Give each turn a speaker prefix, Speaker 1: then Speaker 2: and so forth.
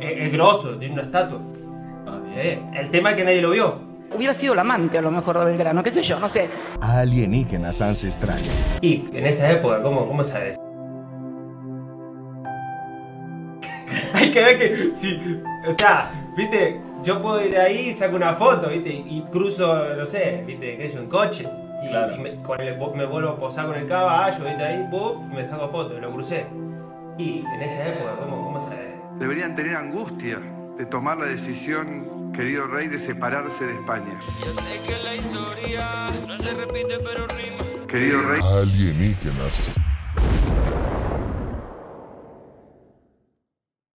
Speaker 1: Es, es grosso, tiene una estatua. Eh, El tema es que nadie lo vio.
Speaker 2: Hubiera sido la amante a lo mejor de Belgrano, qué sé yo, no sé.
Speaker 3: Alienígenas ancestrales.
Speaker 1: Y en esa época, ¿cómo, cómo sabes? Hay que ver que. Si, o sea, viste, yo puedo ir ahí y saco una foto, viste, y cruzo, no sé, viste, que es un coche. Y,
Speaker 4: Claro.
Speaker 1: y me, con el- me vuelvo a posar con el caballo, viste ahí, buf, me saco foto, lo crucé. Y en esa época, ¿cómo, cómo sabes?
Speaker 5: Deberían tener angustia de tomar la decisión, querido rey, de separarse de España. Querido rey,
Speaker 3: Alienígenas